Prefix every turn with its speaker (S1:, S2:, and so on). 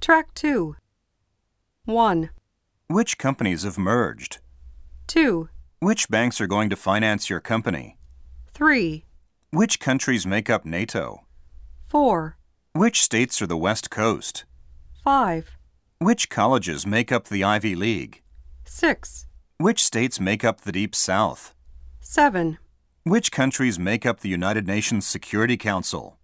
S1: Track 2. 1,
S2: Which companies have merged?
S1: 2,
S2: Which banks are going to finance your company?
S1: 3,
S2: Which countries make up NATO?
S1: 4,
S2: Which states are the West Coast?
S1: 5,
S2: Which colleges make up the Ivy League?
S1: 6,
S2: Which states make up the Deep South?
S1: 7.
S2: Which countries make up the United Nations Security Council?